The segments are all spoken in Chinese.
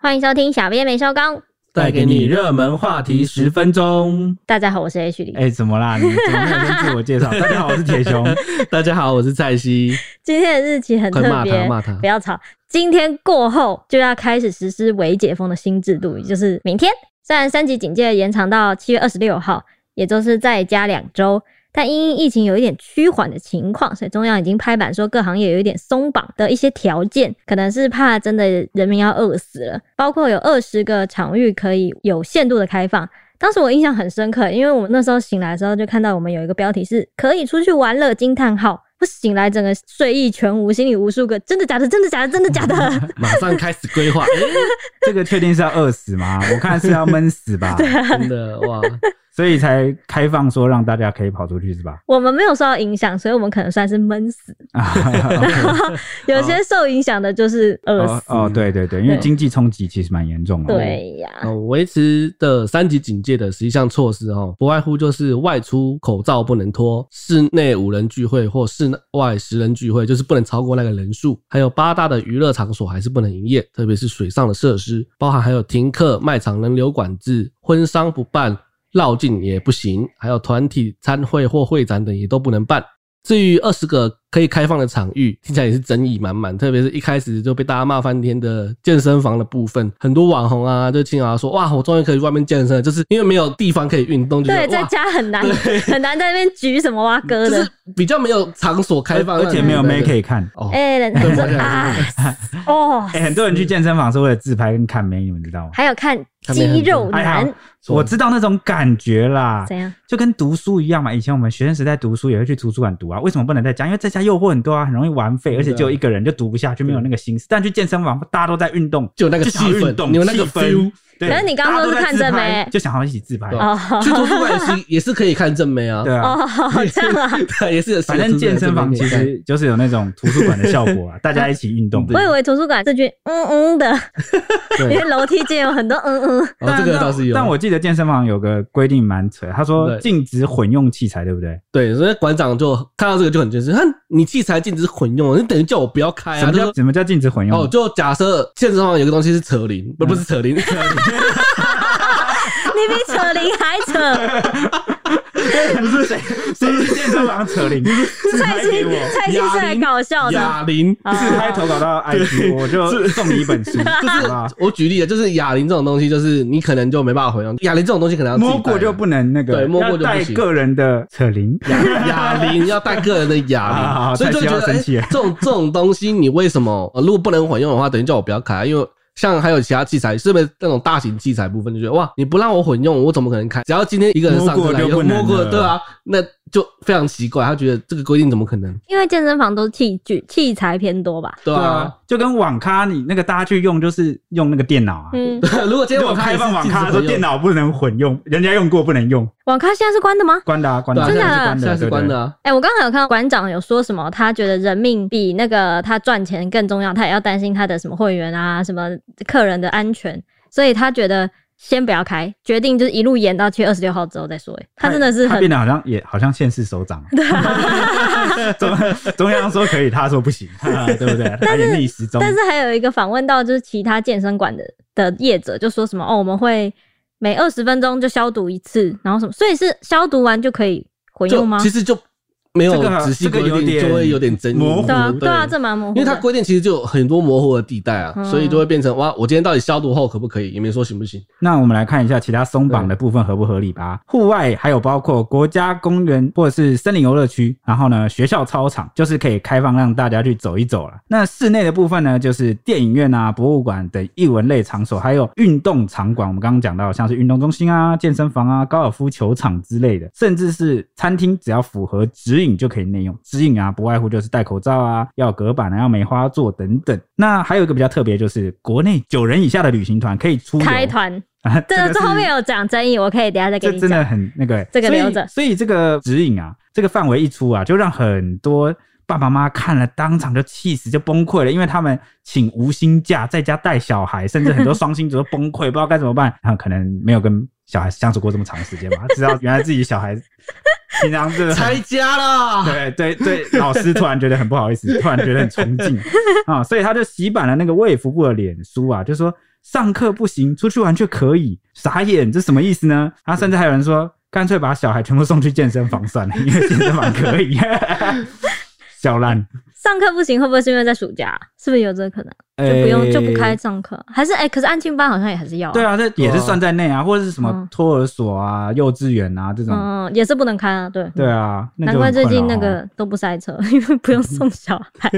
欢迎收听小编没收工。带给你热门话题十分钟。大家好，我是 H 李。哎、怎么啦？你怎么没有跟自 我介绍？大家好，我是铁熊。大家好，我是蔡西。今天的日期很快特骂他，别，骂他不！要吵。今天过后就要开始实施微解封的新制度，也就是明天。虽然三级警戒延长到七月二十六号，也就是再加两周，但因疫情有一点趋缓的情况，所以中央已经拍板说各行业有一点松绑的一些条件，可能是怕真的人民要饿死了。包括有二十个场域可以有限度的开放。当时我印象很深刻，因为我们那时候醒来的时候就看到我们有一个标题是“可以出去玩了”惊叹号。我醒来整个睡意全无，心里无数个真的假的，真的假的，真的 假的。马上开始规划。哎这个确定是要饿死吗？我看是要闷死吧，啊哎真的哇，所以才开放说让大家可以跑出去 是吧？我们没有受到影响，所以我们可能算是闷死。啊，有些受影响的就是饿哦死。哦，对对对，因为对经济冲击其实蛮严重的。对呀，哦维持的三级警戒的十一项措施哦，不外乎就是外出口罩不能脱，室内五人聚会或室外十人聚会，就是不能超过那个人数。还有八大的娱乐场所还是不能营业，特别是水上的设施，包含还有停课、卖场人流管制、婚丧不办、绕境也不行，还有团体参会或会展等也都不能办。至于二十个可以开放的场域，听起来也是争议满满，特别是一开始就被大家骂翻天的健身房的部分，很多网红啊就亲啊说哇，我终于可以去外面健身了，就是因为没有地方可以运动，就觉对，得在哇家很难对很难在那边举什么蛙哥就的是。比较没有场所开放，而且没有妹可以看。哦，哎、人对我说想啊，哦，哎、很多人去健身房是为了自拍跟看妹，你们知道吗？还有看看没肌很肉多还男好我知道那种感觉啦，怎样？就跟读书一样嘛。以前我们学生时代读书也会去图书馆读啊，为什么不能在家？因为在家诱惑很多啊，很容易玩废，而且只有一个人就读不下去，没有那个心思。但去健身房，大家都在运动，就有那个就气想要运氛，动，你有那个气氛 feel。。对，可是你刚刚说是看正妹大家都在自拍就想要一起自拍。对啊哦去图书馆也是 也是可以看正妹啊，对啊，哦，这样啊。 对，也是有反正健身房其实就是有那种图书馆的效果啊，大家一起运动。 我哎以为图书馆这句嗯嗯的，因对为楼梯间有很多嗯 嗯，哦，这个倒是有，但我记得健身房有个规定蛮扯，他说对禁止混用器材，对不对？对，所以馆长就看到这个就很坚持，看你器材禁止混用，你等于叫我不要开什啊，么就叫说什么叫禁止混用？嗯哦，就假设健身房有个东西是扯铃，不不是 扯你铃， 比扯铃还 扯。是 不是谁谁去健身房扯铃？自蔡拍给西我，蔡西是来搞笑的。哑铃。哦自拍投稿到 IG，我就送你一本书， 就是好不好我举例啊，就是哑铃这种东西，就是你可能就没办法混用。哑铃这种东西可能要自己摸过带就不能那个，对摸过就不要带行啊个人的扯铃。 哑铃要带个人的哑啊铃，所以就觉得蔡西要生气了哎 这种这种东西你为什么、呃如果不能混用的话，等于叫我不要开啊，因为。像还有其他器材，是不是那种大型器材部分就觉得哇，你不让我混用，我怎么可能开？只要今天一个人上课来摸过就不用，能摸过了对啊，那就非常奇怪。他觉得这个规定怎么可能？因为健身房都是器具器材偏多吧？对对啊啊，，就跟网咖，你那个大家去用就是用那个电脑啊。嗯， 如果今天如果我开放网咖说说电，脑不能混用，人家用过不能用，网咖现在是关的吗？关的啊，关的啊，啊对现在是关现的，在是对关的。啊。哎、我刚才有看到馆长有说什么，他觉得人命比那个他赚钱更重要，他也要担心他的什么会员啊、什么客人的安全，所以他觉得先不要开，决定就是一路延到七月二十六号之后再说。哎他真的是他很变得好像也好像县市首长，啊 中中央说可以，他说不行， 啊对不对？他也逆时钟。但是还有一个访问到就是其他健身馆的的业者就说什么哦，我们会每二十分钟就消毒一次，然后什么，所以是消毒完就可以混就用吗？其实就没有这个仔细这个规有定，点就会有点争议。模糊欸对啊，对对啊，这蛮模糊因为它的。规定其实就有很多模糊的地带啊，嗯所以就会变成哇，我今天到底消毒后可不可以？也没说行不行。那我们来看一下其他松绑的部分合不合理吧。户外还有包括国家公园或者是森林游乐区，然后呢学校操场就是可以开放让大家去走一走了。那室内的部分呢，就是电影院啊、博物馆等艺文类场所，还有运动场馆。我们刚刚讲到像是运动中心啊、健身房啊、高尔夫球场之类的，甚至是餐厅，只要符合指引就可以内用。指引啊，不外乎就是戴口罩啊、要隔板啊、要梅花座等等。那还有一个比较特别，就是国内九人以下的旅行团可以出游开团， 啊，这个这是后面有讲争议，我可以等一下再这跟你真讲。的很那个欸、这个所以留着所以这个指引啊，这个范围一出啊，就让很多爸爸妈妈看了当场就气死，就崩溃了，因为他们请无薪假，在家带小孩，甚至很多双薪族都崩溃， 不知道该怎么办。然后可能没有跟小孩相处过这么长时间吧，知道原来自己小孩平常这个很拆家啦！啊对对对，老师突然觉得 很不好意思，突然觉得很崇敬啊、所以他就洗版了那个卫福部的脸书啊，就说上课不行，出去玩却可以，傻眼，这什么意思呢？然后甚至还有人说，干脆把小孩全部送去健身房算了，因为健身房可以。 小烂，上课不行，会不会是因为在暑假啊、是不是有这个可能？就不用就不开诶上课，还是哎、可是安庆班好像也还是要、对啊，啊，这也是算在内啊，或者是什么托儿所啊、幼稚园啊这种。嗯，也是不能开啊，对。对啊，那难就怪很最困近那扰哦个都不塞车， 因为不用送小孩。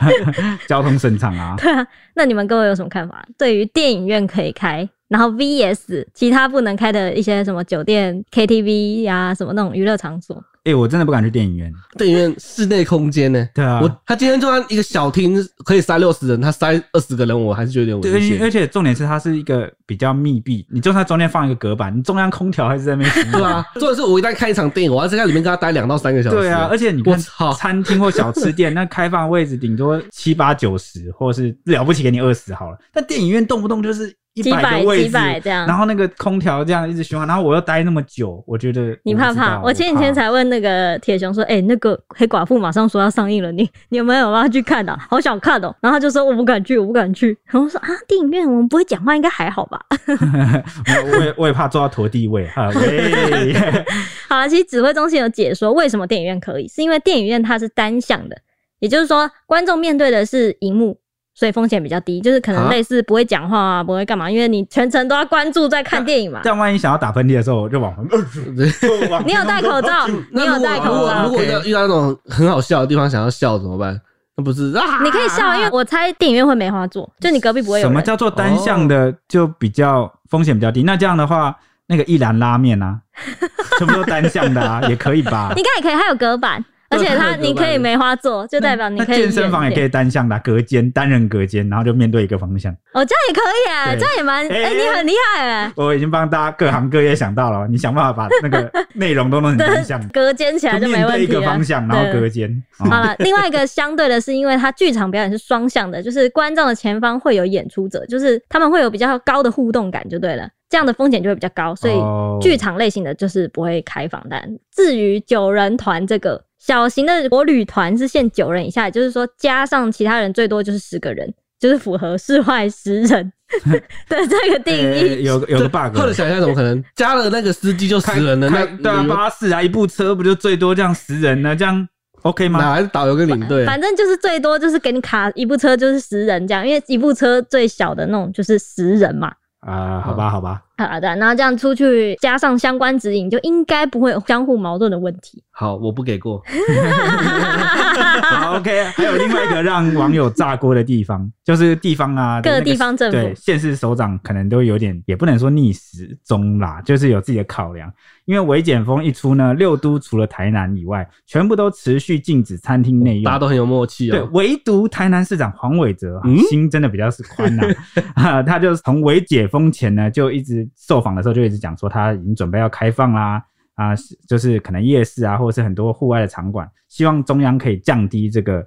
交通顺畅啊。对啊，那你们各位有什么看法？对于电影院可以开，然后 VS 其他不能开的一些什么酒店、KTV 呀、什么那种娱乐场所，哎、我真的不敢去电影院。电影院室内空间呢、对啊，我他今天就算一个小厅可以塞六十人，他塞二十个人，我还是觉得有点危对，而险。且重点是它是一个比较密闭，你就算中间放一个隔板，你中央空调还是在那边服务。对啊，重点是我一旦看一场电影，我要在里面跟他待两到三个小时。对啊，而且你我看操，餐厅或小吃店，那开放位置顶多七八九十，或是了不起给你二十好了。但电影院动不动就是一几百百个位几置，百嗯这样。然后那个空调这样一直循环，然后我又待那么久，我觉得你我怕不不知怕？道我前几天怕才问那个铁熊说：“哎、那个黑寡妇马上说要上映了，你 你有没有要去看的、好想看哦、然后他就说：“我不敢去，我不敢去。”然后我说：“啊，电影院我们不会讲话，应该还好吧我我也我也怕坐到陀地位哈。 喂，？”好了，其实指挥中心有解说为什么电影院可以，是因为电影院它是单向的，也就是说观众面对的是荧幕。所以风险比较低，就是可能啊类似不会讲话啊，不会干嘛，因为你全程都要关注在看电影嘛。但万一想要打喷嚏的时候，我就往旁边往你有戴口罩，你那有啊如戴口果如罩果。如果遇到遇到那种很好笑的地方，想要笑怎么办？那不是啊？你可以笑，因为我猜电影院会梅花座，就你隔壁不会有什人。哦么叫做单向的就比较风险比较低？那这样的话，那个一兰拉 面啊，全部都单向的啊，也可以吧应？该也可以，它有隔板，而对且它它有隔板你可以梅花座，就代表你那可以健身房也可以，以单向的啊、隔间单人隔间，然后就面对一个方向。哦，这样也可以哎，对这样也蛮哎哎，你很厉害哎，我已经帮大家各行各业想到了，你想办法把那个内容都弄成单向， 隔间起来就就没面对问一题啊个了方。向，然后对隔间。 好啊，了，另外一个相对的是，因为它剧场表演是双向的，就是观众的前方会有演出者，就是他们会有比较高的互动感，就对了，这样的风险就会比较高，所以哦剧场类型的就是不会开房单。至于九人团这个小型的国旅团是限九人以下，也就是说加上其他人最多就是十个人，就是符合室外十人 的这个定 呃义。有有个 bug，或者想一下，怎么可能加了那个司机就十人了？那开对啊，你巴士啊，一部车不就最多这样十人呢？这样 OK 吗？哪来的导游跟领队？啊反正就是最多就是给你卡一部车就是十人这样，因为一部车最小的那种就是十人嘛。啊，好吧，好吧，好啊的，然后这样出去加上相关指引，就应该不会有相互矛盾的问题。好，我不给过。 好，OK，还有另外一个让网友炸锅的地方， 就是地方啊，各那个地方政府对县市首长可能都有点，也不能说逆时钟啦，就是有自己的考量。因为违检风一出呢，六都除了台南以外，全部都持续禁止餐厅内用，大家都很有默契对，哦。唯独台南市长黄伟哲、啊嗯心真的比较是宽 呐、啊他就从伪解封前呢，就一直受访的时候就一直讲说他已经准备要开放啦，啊，是就是可能夜市啊，或者是很多户外的场馆，希望中央可以降低这个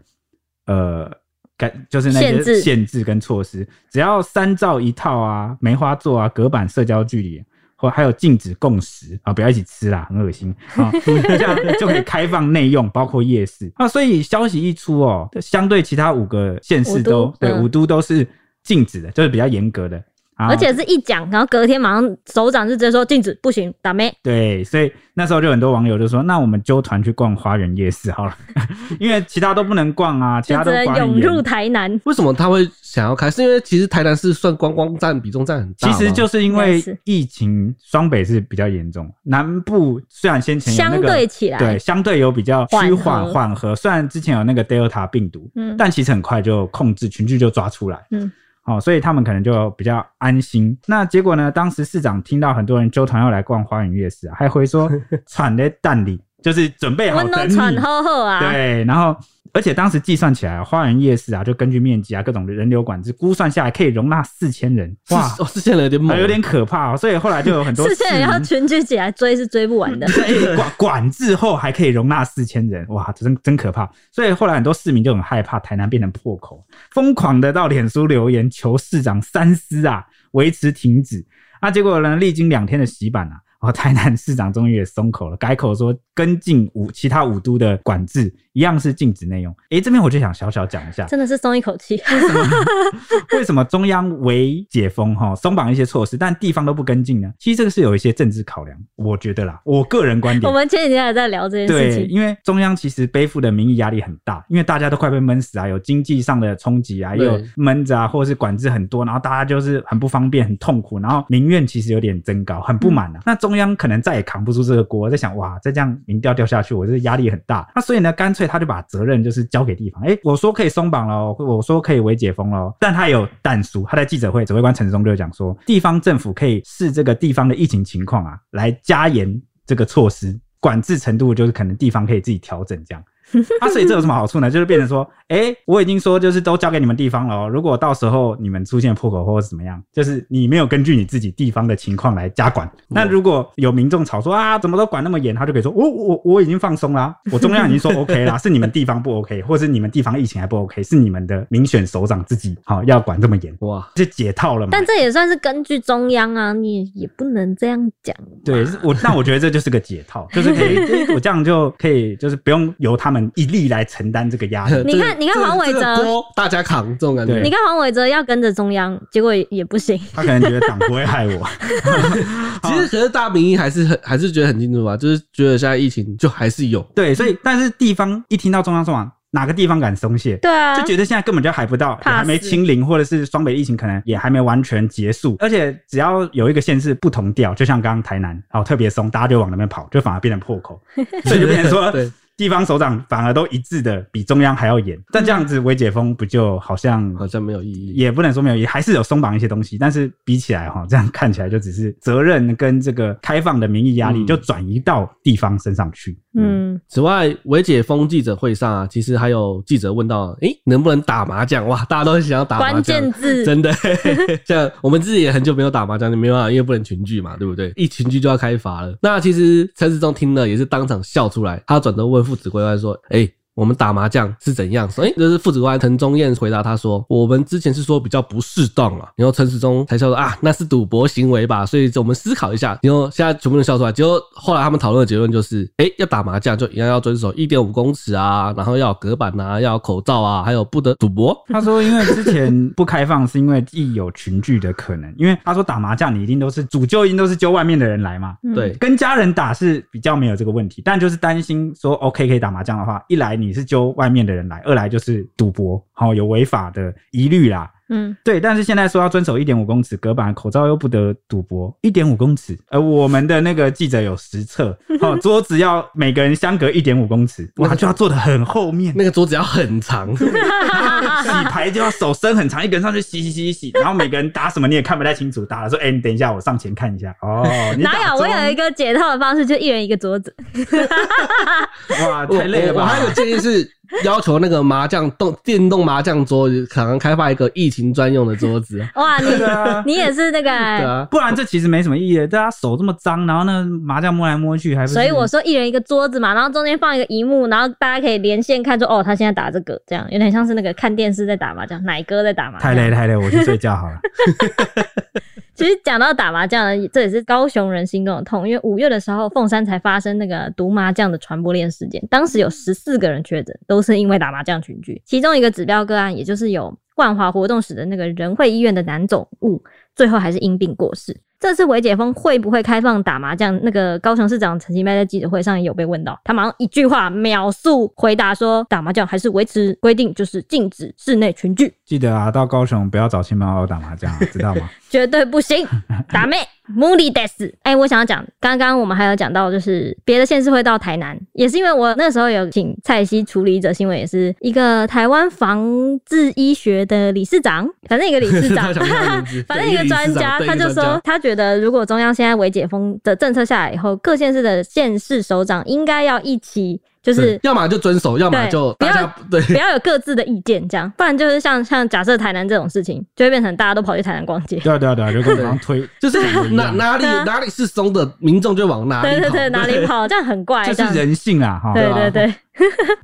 呃。改就是那限些制限制跟措施，只要三照一套啊，梅花座啊，隔板社交距离、或还有禁止共食啊，不要一起吃啦，很恶心啊， 这样就可以开放内用，包括夜市啊。所以消息一出哦，相对其他五个县市五都都对嗯五都都是禁止的，就是比较严格的。啊、而且是一讲，然后隔天马上首长就直接说禁止，不行，打咩？对，所以那时候就很多网友就说：“那我们揪团去逛花园夜市好了， 因为其他都不能逛啊，其就他只都能管很涌入严。台南。为什么他会想要开？是因为其实台南市算观光站比重占很大其吗，实就是因为应该是疫情，双北是比较严重，南部虽然先前有那相个对起来，对，相对有比较缓趋缓和缓和。虽然之前有那个 Delta 病毒，嗯但其实很快就控制群聚就抓出来，嗯，哦，所以他们可能就比较安心。那结果呢？当时市长听到很多人纠团要来逛花园夜市、啊，还回 说喘在蛋里，就是准备好温等暖喘你。呵呵啊，对，然后而且当时计算起来啊，花园夜市啊，就根据面积啊、各种人流管制，估算下来可以容纳四千人，哇，哦哇，是现在有点啊猛，有点可怕、哦。所以后来就有很多嗯是现在市民要群聚起来追是追不完的。对，管管制后还可以容纳四千人，哇，真真可怕。所以后来很多市民就很害怕台南变成破口，疯狂的到脸书留言求市长三思啊，维持停止。啊，结果呢，历经两天的洗版啊，哦， 台南市长终于也松口了，改口说跟进五其他五都的管制，一样是禁止内用。诶，这边我就想小小讲一下，真的是松一口气。 为什么中央为解封哈松绑一些措施，但地方都不跟进呢？其实这个是有一些政治考量，我觉得啦，我个人观我点。们前几天还在聊这件事对，情，因为中央其实背负的民意压力很大，因为大家都快被闷死啊，有经济上的冲击啊，也对有闷着啊，或者是管制很多，然后大家就是很不方便、很痛苦，然后民怨其实有点增高，很不满啊。那中央可能再也扛不住这个锅，在想哇，再这样民调掉下去，我这压力很大。那所以呢，干脆他就把责任就是交给地方。哎，我说可以松绑喽，我说可以微解封喽，但他有淡疏，他在记者会，指挥官陈松就讲说，地方政府可以视这个地方的疫情情况啊，来加严这个措施。管制程度就是可能地方可以自己调整这样， 啊，所以这有什么好处呢？就是变成说，哎、我已经说就是都交给你们地方了哦。如果到时候你们出现破口或者怎么样，就是你没有根据你自己地方的情况来加管。那如果有民众吵说啊，怎么都管那么严，他就可以说，我我我已经放松啦、我中央已经说 OK 啦，是你们地方不 OK，或是你们地方疫情还不 OK，是你们的民选首长自己好、要管这么严，哇，就解套了嘛。但这也算是根据中央啊，你也不能这样讲。对是我，那我觉得这就是个解套，就是可以，诶我这样就可以，就是不用由他们一力来承担这个压力。你看你看这个黄伟哲这个锅大家扛这种感对觉你，看黄伟哲要跟着中央，结果也也不行。他可能觉得党不会害我，其实可是大民意还是很还是觉得很清楚吧，啊就是觉得现在疫情就还是有，对，所以但是地方一听到中央松绑，哪个地方敢松懈？对啊就，觉得现在根本就还不到，也怕还没死清零，或者是双北疫情可能也还没完全结束，而且只要有一个县市不同调，就像刚刚台南哦特别松，大家就往那边跑，就反而变成破口，所以就变成说对，地方首长反而都一致的比中央还要严，但这样子微解封不就好像好像没有意义。也不能说没有，也还是有松绑一些东西，但是比起来哈，这样看起来就只是责任跟这个开放的民意压力嗯就转移到地方身上去。嗯，此外，维解封记者会上啊，其实还有记者问到，诶、能不能打麻将？哇，大家都很想要打麻关将键。字真的，像我们自己也很久没有打麻将，就没办法，因为不能群聚嘛，对不对？一群聚就要开罚了。那其实陈世忠听了也是当场笑出来，他转头问副指挥官说：“哎、我们打麻将是怎样？”所以就是副指挥官陈宗彦回答他说：“我们之前是说比较不适当啊了。”然后陈世忠才笑说：“啊，那是赌博行为吧？”所以我们思考一下。然后现在全部都笑出来。结果后来他们讨论的结论就是：哎、要打麻将就一样要遵守一点五公尺啊，然后要有隔板啊，要有口罩啊，还有不得赌博。他说，因为之前不开放是因为一有群聚的可能，因 为他说打麻将你一定都是主揪，一定都是揪外面的人来嘛。嗯对，跟家人打是比较没有这个问题，但就是担心说，OK 可以打麻将的话，一来你是揪外面的人来，二来就是赌博，好、有违法的疑虑啦。嗯，对，但是现在说要遵守一点五公尺隔板，口罩又不得赌博，一点五公尺。呃，我们的那个记者有实测，哦，桌子要每个人相隔一点五公尺，哇，就要坐得很后面， 那个桌子要 很长。啊洗牌就要手伸很长，一个人上去洗洗洗洗，然后每个人打什么你也看不太清楚，打了说，哎、你等一下，我上前看一下。哦，你哪打有？中我有一个解套的方式，就一人一个桌子。哇，我太累了我我吧还？有建议是要求那个麻将动电动麻将桌，可能开发一个疫情专用的 桌子。哇，你 对啊。你也是那个对欸，啊，不然这其实没什么意义的，大家手这么脏，然后那麻将摸来摸去，还不是所以我说一人一个桌子嘛，然后中间放一个荧幕，然后大家可以连线看说哦，他现在打这个，这样有点像是那个看电视在打麻将，奶哥在打麻太将。累太累，我去睡觉好了。其实讲到打麻将呢，这也是高雄人心中的痛，因为五月的时候，凤山才发生那个毒麻将的传播链事件，当时有十四个人确诊，都是因为打麻将群聚。其中一个指标个案，也就是有万华活动室的那个仁惠医院的男总务，最后还是因病过世。这次维解封会不会开放打麻将？那个高雄市长陈其迈在记者会上也有被问到，他马上一句话秒速回答说，打麻将还是维持规定，就是禁止室内群聚，记得啊，到高雄不要找亲朋好友打麻将、啊，知道吗？绝对不 行，打妹，无理得死。哎，我想要讲，刚刚我们还有讲到，就是别的县市会到台南，也是因为我那时候有请蔡西处理者新闻，也是一个台湾防治医学的理事 长，反正一个理事哎长他 想不到名字， 反正一个专家，对他就，一个理事说长他觉得，如果中央现在微解封的政策下来以后，各县市的县市首长应该要一起，就对一个理是事长对要么就遵守，要么就不要 大家对不要有各自的意见，这样，不然就是像像假设台南这种事情，就会变成大家都跑去台南逛街。对啊对啊对啊，就跟我刚刚推就是一哪样哪 里对啊哪 里是松的，民众就往哪里对对跑对，哪里跑，这样很怪， 就这是样人性啦，哈。对吧对对，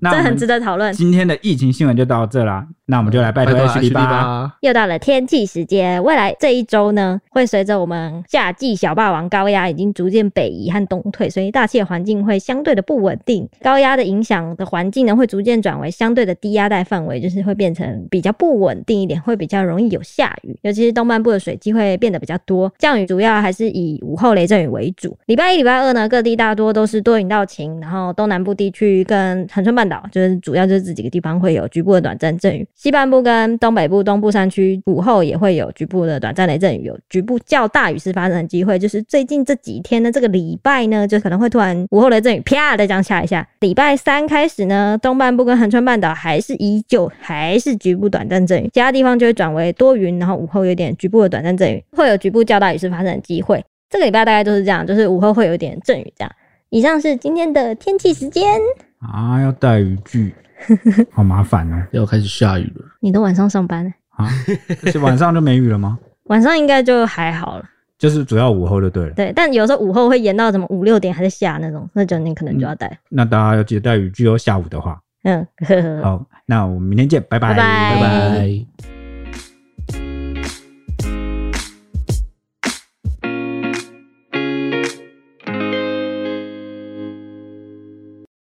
那这我很们值得讨论。今天的疫情新闻就到这啦，那我们就来拜托拜托啊 H D 吧。吧。又到了天气时节，未来这一周呢，会随着我们夏季小霸王高压已经逐渐北移和东退，所以大气的环境会相对的不稳定。高压的影响的环境呢，会逐渐转为相对的低压带范围，就是会变成比较不稳定一点，会比较容易有下雨，尤其是东半部的水机会变得比较多。降雨主要还是以午后雷阵雨为主。礼拜一、礼拜二呢，各地大多都是多云到晴，然后东南部地区跟恒春半岛，就是主要就是这几个地方会有局部的短暂阵雨。西半部跟东北部、东部山区午后也会有局部的短暂雷阵雨，有局部较大雨势发生的机会。就是最近这几天呢，这个礼拜呢，就可能会突然午后雷阵雨啪再这样下一下。礼拜三开始呢，东半部跟恒春半岛还是依旧还是局部短暂阵雨，其他地方就会转为多云，然后午后有点局部的短暂阵雨，会有局部较大雨势发生的机会。这个礼拜大概就是这样，就是午后会有一点阵雨这样。以上是今天的天气时间。啊，要带雨具，好麻烦哦。要开始下雨了，你都晚上上班了，啊，是晚上就没雨了吗？ 晚上应该就还好了。就是主要午后就对了。对，但有时候午后会延到什么五六点还在下那种，那就你可能就要带。那大家要记得带雨具哦，下午的话。嗯，呵呵。好，那我们明天见，拜拜拜拜拜。